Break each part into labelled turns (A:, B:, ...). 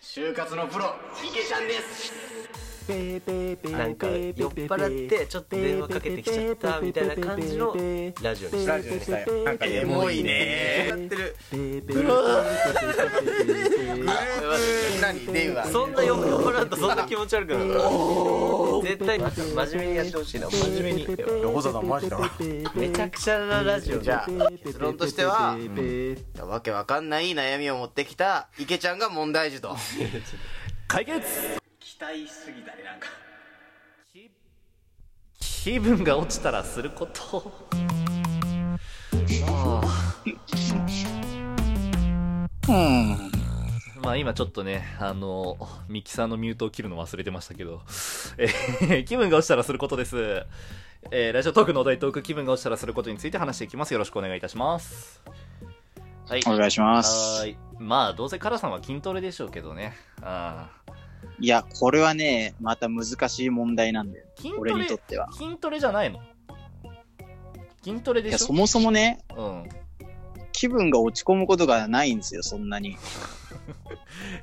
A: 就活のプロ池ちゃんです
B: なんか酔っ払ってちょっと電話かけてきちゃったみたいな感じのラジオにした
C: ラジオにしたいなんか
A: エモいね
C: やってる
A: プロ
C: グループ何電話
B: そんな酔っ払うとそんな気持ち悪くなるの絶対真面目にやってほしいな真面目に
C: 横澤さんマジだ
B: めちゃくちゃなラジオ
A: じ
B: じゃ
A: ゃあ結論としては、わけわかんない悩みを持ってきた池ちゃんが問題児と
D: 解決
A: 期待しすぎたねなんか
D: 気分が落ちたらすることまあ今ちょっとね、あの、ミキサーのミュートを切るの忘れてましたけど、えー気分が落ちたらすることです。えーラジオトークのお題トーク気分が落ちたらすることについて話していきます。よろしくお願いいたします。はい。
E: お願いします。
D: はーい。まあ、どうせカラさんは筋トレでしょうけどね。ああ。
E: いや、これはね、また難しい問題なんだよ。
D: 筋ト
E: 俺に
D: レ
E: と、っては。
D: 筋トレじゃないの筋トレ
E: い
D: で
E: や、
D: しょ
E: そもそもね、
D: うん。
E: 気分が落ち込むことがないんですよ、そんなに。い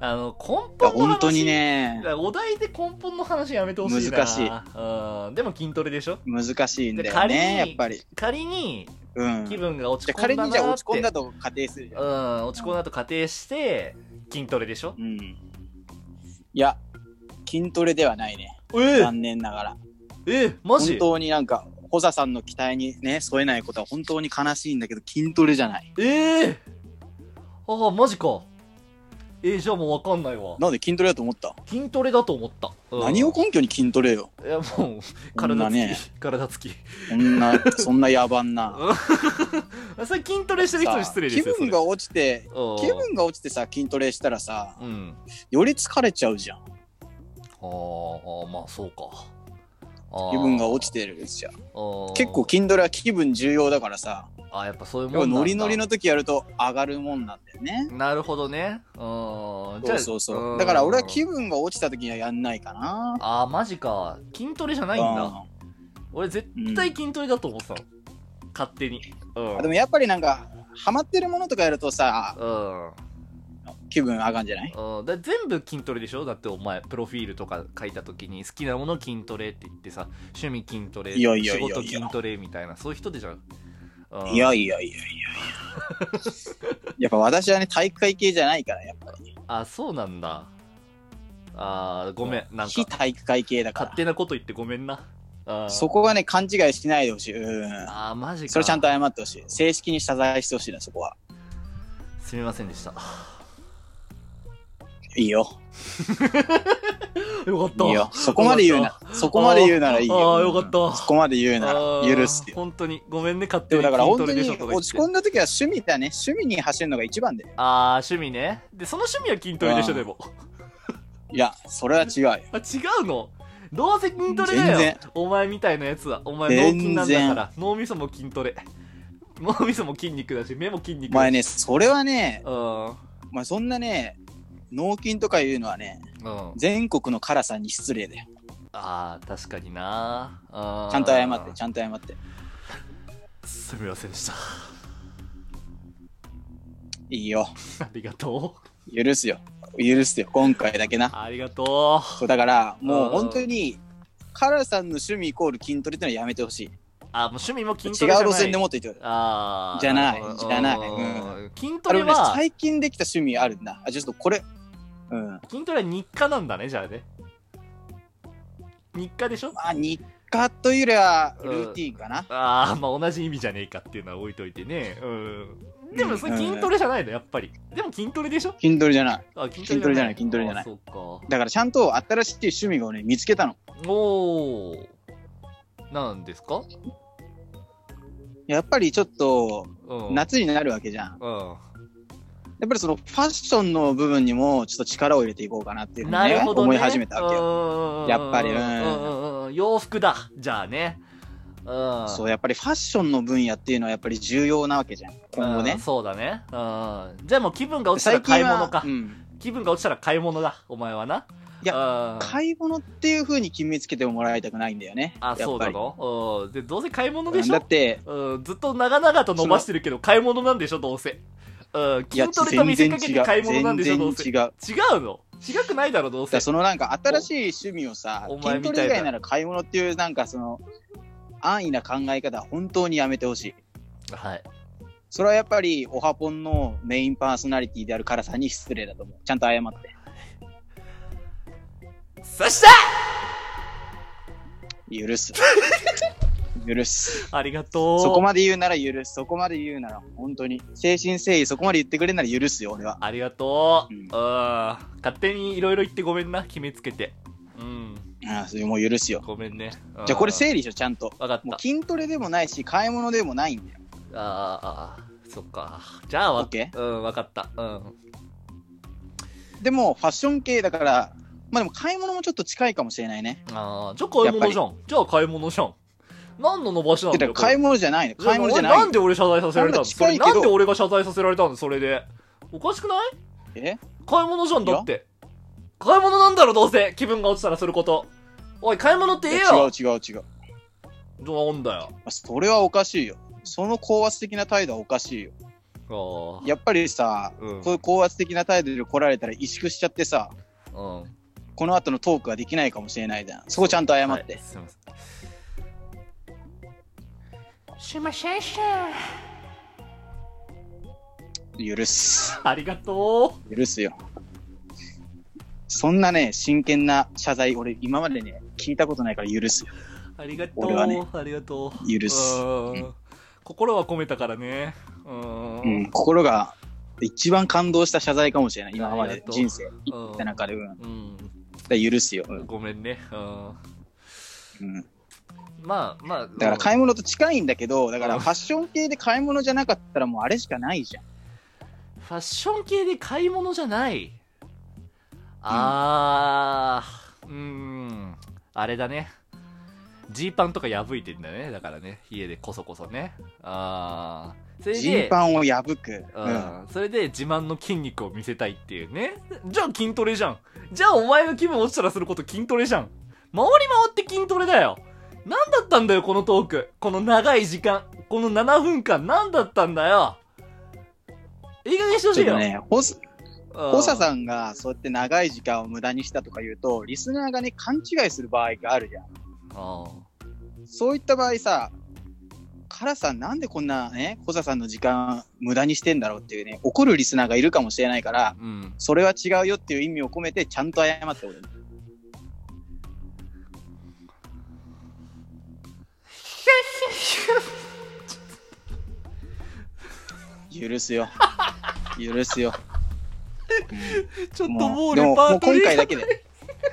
D: あの、根本の
E: や、
D: 話
E: 本当に。ね、
D: お題で根本の話やめてほしいな。
E: 難しい
D: うん。でも筋トレでしょ
E: 難しいんだ
D: で
E: よ
D: 仮
E: ね、
D: に
E: やっぱり。
D: 仮に
E: うん。
D: 気
E: じ
D: 分が落ち
E: ゃあ
D: 込ん
E: 仮
D: だなーって
E: にじゃあ落ち込んだと仮定するじゃん。
D: うん落ち込んだと仮定して筋トレでしょ
E: うん。いや、筋トレではないね。
D: え
E: 残念ながら。
D: えマ
E: 本
D: ジ
E: 当になんか、ホザさんの期待にね、添えないことは本当に悲しいんだけど、筋トレじゃない。
D: ええああマジかえーじゃあもうわかんないわ
E: なんで筋トレだと思った、
D: 筋トレだと思った、うん
E: 何を根拠に筋トレよ。
D: いやもう
E: こん
D: 体
E: な
D: つき、
E: ね
D: 体つき
E: そんな、そんな野蛮な。
D: あそれ筋トレしてる人に失礼ですよ
E: 気分が落ちて
D: そ
E: 気
D: れうん
E: 分が落ちてさ筋トレしたらさ
D: うん
E: より疲れちゃうじゃん
D: あーあーまあそうかあ
E: 気分が落ち
D: て
E: てるじゃん
D: 結
E: 結構筋トレは気分重要だからさ
D: あやっぱそういう
E: 要
D: も
E: は
D: んなんだ
E: ノリノリの時やると上がるもんなんだよね
D: なるほどねうんじゃ
E: そ
D: あ
E: うそうそううんだから俺は気分が落ちた時にはやんないかな
D: あーマジか筋トレじゃないんだ
E: う
D: 俺絶対筋トレだと思ってたの、勝手にうん
E: んでもやっぱりなんかハマってるものとかやるとさ
D: うん
E: 気分上がんじゃない
D: うん、だ全部筋トレでしょだってお前プロフィールとか書いた時に好きなもの筋トレって言ってさ趣味筋トレ
E: いやいやいやいや
D: 仕事筋トレみたいなそういう人でじゃん、うん、
E: いやいやいやいやいややっぱ私はね体育会系じゃないからやっぱり
D: あそうなんだあーごめんなんか
E: 非体育会系だか
D: 勝
E: ら
D: 手なこと言ってごめんなあー
E: そこがね勘違いしないでほしいうん
D: あーマジか
E: それちゃんと謝ってほしい。正式に謝罪してほしいな、そこは。
D: すみませんでした
E: いいよ。
D: よかった
E: いいよ。そこまで言う
D: よ
E: な。そこまで言うならいいよ。
D: あーよかった
E: そこまで言うなら
D: あー
E: 許すよ。
D: 本当にごめんね勝手
E: で
D: に
E: もだから
D: 筋
E: 本
D: ト
E: 当
D: レ
E: に
D: でしょとか言
E: 落
D: って
E: ち込んだ時は趣味だね。趣味に走るのが一番で。
D: ああ、趣味ね。で、その趣味は筋トレでしょ、
E: うん
D: でも。
E: いや、それは違うよ。
D: あ、違うのどうせ筋トレだ
E: 全
D: よ
E: 然。
D: お前みたいなやつは。お前脳筋なんだから。脳みそも筋トレ。 脳みそも筋肉だし、目も筋肉だし。
E: お前ね、それはね、
D: うん。うん。
E: お前そんなね、脳筋とかいうのはね、全国の辛さんに失礼だよ。
D: ああ、確かにな。あー
E: ちゃんと謝って、ちゃんと謝って。
D: すみませんでした。
E: いいよ。
D: ありがとう。
E: 許すよ。許すよ。今回だけな。
D: ありがと
E: そうだから、もう
D: うん
E: 本当に、辛さんの趣味イコール筋トレってのはやめてほしい。
D: う。あ、もう趣味も筋ト
E: 違
D: レじゃな
E: う
D: い。
E: 路線でもっと言ってくれ
D: ああ。
E: じゃない
D: るほど
E: じゃない
D: うん筋ト
E: あ
D: レ
E: れね
D: は、
E: 最近できた趣味あるんだ。あ、ちょっとこれ、うん。
D: 筋トレは日課なんだね、じゃあね。日課でしょ
E: まあ、日課というよりは、
D: うん
E: ルーティーンかな。
D: ああ、まあ同じ意味じゃねえかっていうのは置いといてね。うん。でもそれ
E: うん
D: 筋トレじゃないの、やっぱり。でも筋トレでしょ
E: 筋トレじゃない。
D: あ、筋
E: 筋トレじゃな
D: あ
E: い
D: ーそ
E: だからちゃんと新しい趣味をね、見つけたの。
D: うか。おー。なんですか
E: やっぱりちょっと、
D: うん。
E: 夏になるわけじゃん。
D: うん。
E: やっぱりそのファッションの部分にも、ちょっと力を入れていこうかなっていうふうに
D: なる
E: ね、
D: ほどね。
E: 思い始めたわけよ。
D: よ
E: やっぱり
D: う
E: うんん
D: うんうん。洋服だ。じゃあね。うん。
E: そう、やっぱりファッションの分野っていうのはやっぱり重要なわけじゃん。今後
D: うん
E: ね。
D: そうだね。うん。じゃあもう気分が落ちたら買い物か
E: う。ん。
D: 気分が落ちたら買い物だ。お前はな。
E: いや
D: うん
E: 買い物っていう風に決めつけてもらいたくないんだよね。
D: あ、
E: や
D: そ
E: っ
D: う
E: ぱ
D: な
E: り
D: のうん。で、どうせ買い物
E: う
D: で
E: ん
D: し
E: だ
D: ょ
E: って、
D: うん、ずっと長々と伸ばしてるけど、買い物なんでしょ、どうせ。うん、
E: いや
D: 筋トレと見せかけて買い物なんでしょ、どうせ。違
E: 全然違う。
D: うの違くないだろどうせ
E: そのなんか新しい趣味をさ
D: おお前
E: 筋
D: みた
E: ト
D: いだ
E: レ以外なら買い物っていうなんかその安易な考え方は本当にやめてほしい
D: はい
E: それはやっぱりオハポンのメインパーソナリティであるからさんに失礼だと思うちゃんと謝って
D: そした
E: 許す許す
D: ありがとう
E: そこまで言うなら許すそこまで言うなら本当に誠心誠意そこまで言ってくれるなら許すよ俺は
D: ありがとう、
E: うん
D: うん、勝手にいろいろ言ってごめんな決めつけてうん
E: ああそれもう許すよ
D: ごめんね、うん
E: じゃあこれ整理しようちゃんと
D: わかっ
E: も
D: た
E: う筋トレでもないし買い物でもないんだよ
D: あーあーそっかじゃあわ
E: オッケー
D: うんわかったうん
E: でもファッション系だからまあでも買い物もちょっと近いかもしれないね
D: ああじゃあ買い物じゃんじゃあ買い物じゃん何の伸ばしなんだ
E: だか
D: よ
E: ら買い
D: こ
E: 物じゃないの
D: れ
E: 買い物じゃ
D: でも
E: な
D: 俺
E: い
D: んで俺謝罪させられたの
E: なんだ
D: それ
E: 近いけど
D: なんで俺が謝罪させられたのそれでおかしくない
E: え
D: 買い物じゃんだって買い物なんだろどうせ気分が落ちたらすることおい買い物って
E: い
D: 言え
E: や違
D: よ
E: う違う違
D: な
E: う
D: んだよ
E: それはおかしいよその高圧的な態度はおかしいよ
D: ああ
E: やっぱりさ、
D: うん
E: こういう高圧的な態度で来られたら萎縮しちゃってさ
D: うん
E: この後のトークはできないかもしれないじゃんそこちゃんと謝って、
D: はいすいません
E: 許す
D: ありがと
E: 許すよそんなね真剣な謝罪俺今までね聞いたことないから許すよ
D: うありがとう、
E: 俺はね
D: ありがとう
E: 許す
D: うん心は込めたからねうん
E: うん心が一番感動した謝罪かもしれない今ま
D: あり
E: で
D: がとう
E: 人生生きた中で、うん、だか
D: うん
E: ら許すよ、うん
D: ごめんねうん
E: うん、
D: まあまあ
E: だから買い物と近いんだけどだか
D: うん
E: らファッション系で買い物じゃなかったらもうあれしかないじゃん
D: ファッション系で買い物じゃない。あー、うーん、あれだね。ジーパンとか破いてんだね。だからね、家でこそこそね。あー。それで、
E: ジーパンを破く、うん
D: うん、それで自慢の筋肉を見せたいっていうね。じゃあ筋トレじゃん。じゃあお前の気分落ちたらすること筋トレじゃん。回り回って筋トレだよ。何だったんだよ、このトーク。この長い時間。この7分間、何だったんだよ。いい加減にしてほ
E: ち
D: し
E: ょ
D: い
E: っと
D: よ。
E: ねホス
D: お
E: ホサさんがそうやって長い時間を無駄にしたとか言うとリスナーがね勘違いする場合があるじゃん
D: あ
E: そういった場合さカラさんなんでこんなねホサさんの時間無駄にしてんだろうっていうね怒るリスナーがいるかもしれないから
D: ーうん。
E: それは違うよっていう意味を込めてちゃんと謝って俺に許すよ許すよ
D: ちょっとも
E: も
D: う
E: うで
D: レ
E: も
D: パ
E: も
D: ー
E: う
D: トリ
E: 今
D: ーが
E: 回だけで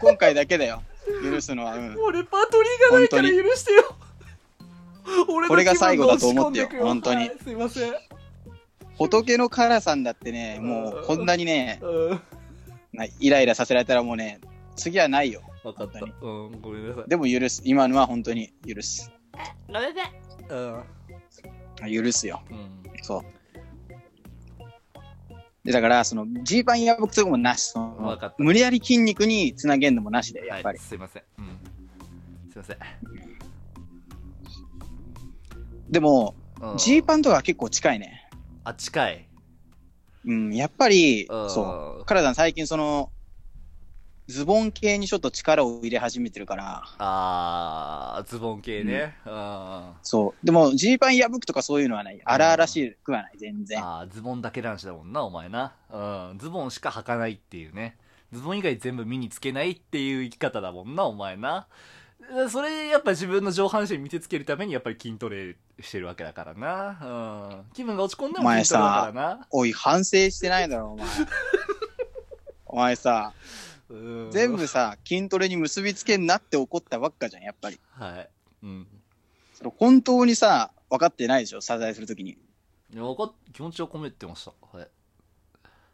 E: 今回だけだよ許すのはうん
D: もうレパートリーがないから
E: 本当
D: 許して よ。俺の
E: これが最後だと思ってよ
D: 気分が落ち込んでくよはいすいません。
E: 仏のカラさんだってねもうこんなにね
D: うん
E: なイライラさせられたらもうね次はないよ
D: わかった。うん、ごめんなさい。
E: でも許す今のは本当に許す
D: ごめんなさい。うん。
E: 許すよ
D: うん。
E: そうでだからそのジーパン破くとこもなしそ
D: わ
E: の
D: かった
E: 無理やり筋肉につなげんのもなしでやっぱ
D: はい、
E: り、
D: すいません。うん。すいません。
E: でも
D: うん
E: ジーパンとかは結構近いね
D: あ、近い。
E: うんやっぱり
D: うん
E: そうカラさん最近そのズボン系にちょっと力を入れ始めてるから
D: あー、ズボン系ね。うん。あ
E: そう。でも、ジーパン破くとかそういうのはない。荒々しくはない、全然。
D: ー、ズボンだけ男子だもんな、お前な。うん。ズボンしか履かないっていうね。ズボン以外全部身につけないっていう生き方だもんな、お前な。それ、やっぱ自分の上半身見せつけるために、やっぱり筋トレしてるわけだからな。うん。気分が落ち込んでも筋トレだからな。
E: おい、反省してないだろ、お前。お前さ、
D: うん
E: 全部さ、筋トレに結びつけんなって怒ったばっかじゃん、やっぱり。
D: はい。うん。
E: それ本当にさ、分かってないでしょ、謝罪するときに。
D: いやわかっ気持ちを込めてました。はい。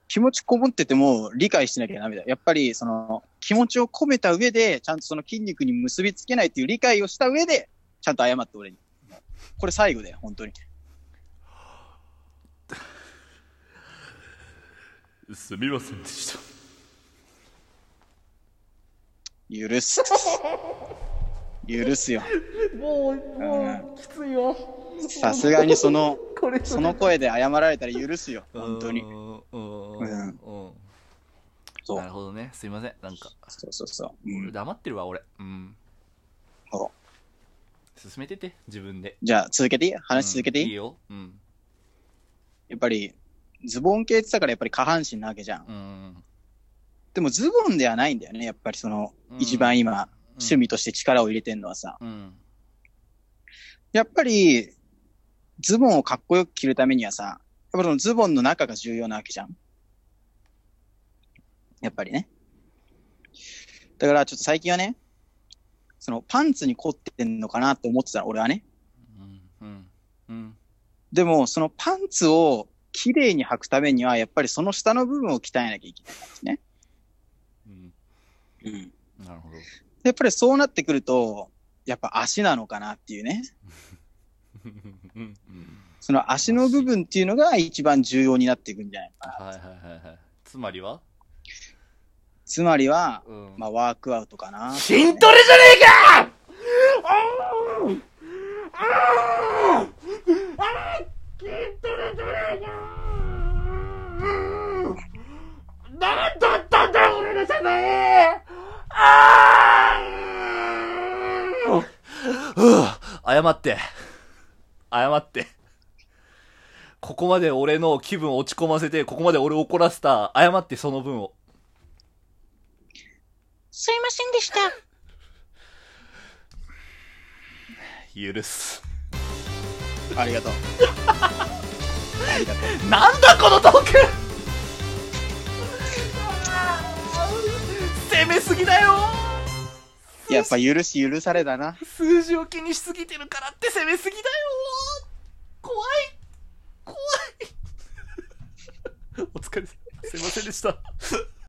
E: 気持ちこもってても理解しなきゃダメだよ。やっぱり、その、気持ちを込めた上で、ちゃんとその筋肉に結びつけないっていう理解をした上で、ちゃんと謝って俺に。これ最後だよ、本当に。
D: すみませんでした。
E: 許す。許すよ。
D: もう、
E: も
D: う、きついわ。
E: さすがにその、
D: これ
E: その声で謝られたら許すよ、本当に。
D: うん。うん。
E: うん
D: うん
E: そう
D: なるほどね。すいません。なんか、
E: そうそうそう。うん
D: 黙ってるわ、俺。うん。
E: そう
D: 進めてて、自分で。
E: じゃあ、続けていい話続けてい
D: う
E: い、
D: んいいよ。うん。
E: やっぱり、ズボン系って言ったからやっぱり下半身なわけじゃん。
D: うん。
E: でもズボンではないんだよね。やっぱりその、
D: うん
E: 一番今、趣味として力を入れてんのはさ。
D: うん。
E: やっぱり、ズボンをかっこよく着るためにはさ、やっぱそのズボンの中が重要なわけじゃん。やっぱりね。だからちょっと最近はね、そのパンツに凝ってんのかなって思ってたの俺はね。
D: うん。うん。うん。
E: でも、そのパンツを綺麗に履くためには、やっぱりその下の部分を鍛えなきゃいけ
D: うん。
E: ない。うん。
D: なるほど。
E: やっぱりそうなってくると、やっぱ足なのかなっていうね。
D: うん。
E: その足の部分っていうのが一番重要になっていくんじゃないかな。
D: はいはいはいはい。つまりは
E: つまりは、
D: うん。
E: まあ、ワークアウトかな。
D: 筋トレじゃねえかあ謝って。謝って。ここまで俺の気分を落ち込ませて、ここまで俺を怒らせた、謝ってその分を。
F: すいませんでした。
D: 許す。
E: ありがとう。ありがとう。
D: なんだこのトーク攻めすぎだよ
E: やっぱ許し許されだな。
D: 数字を気にしすぎてるからって攻めすぎだよ怖い怖いお疲れ様すいませんでした